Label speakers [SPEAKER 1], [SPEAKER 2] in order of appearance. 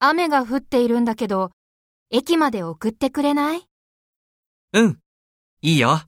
[SPEAKER 1] 雨が降っているんだけど、駅まで送ってくれない
[SPEAKER 2] うん、いいよ。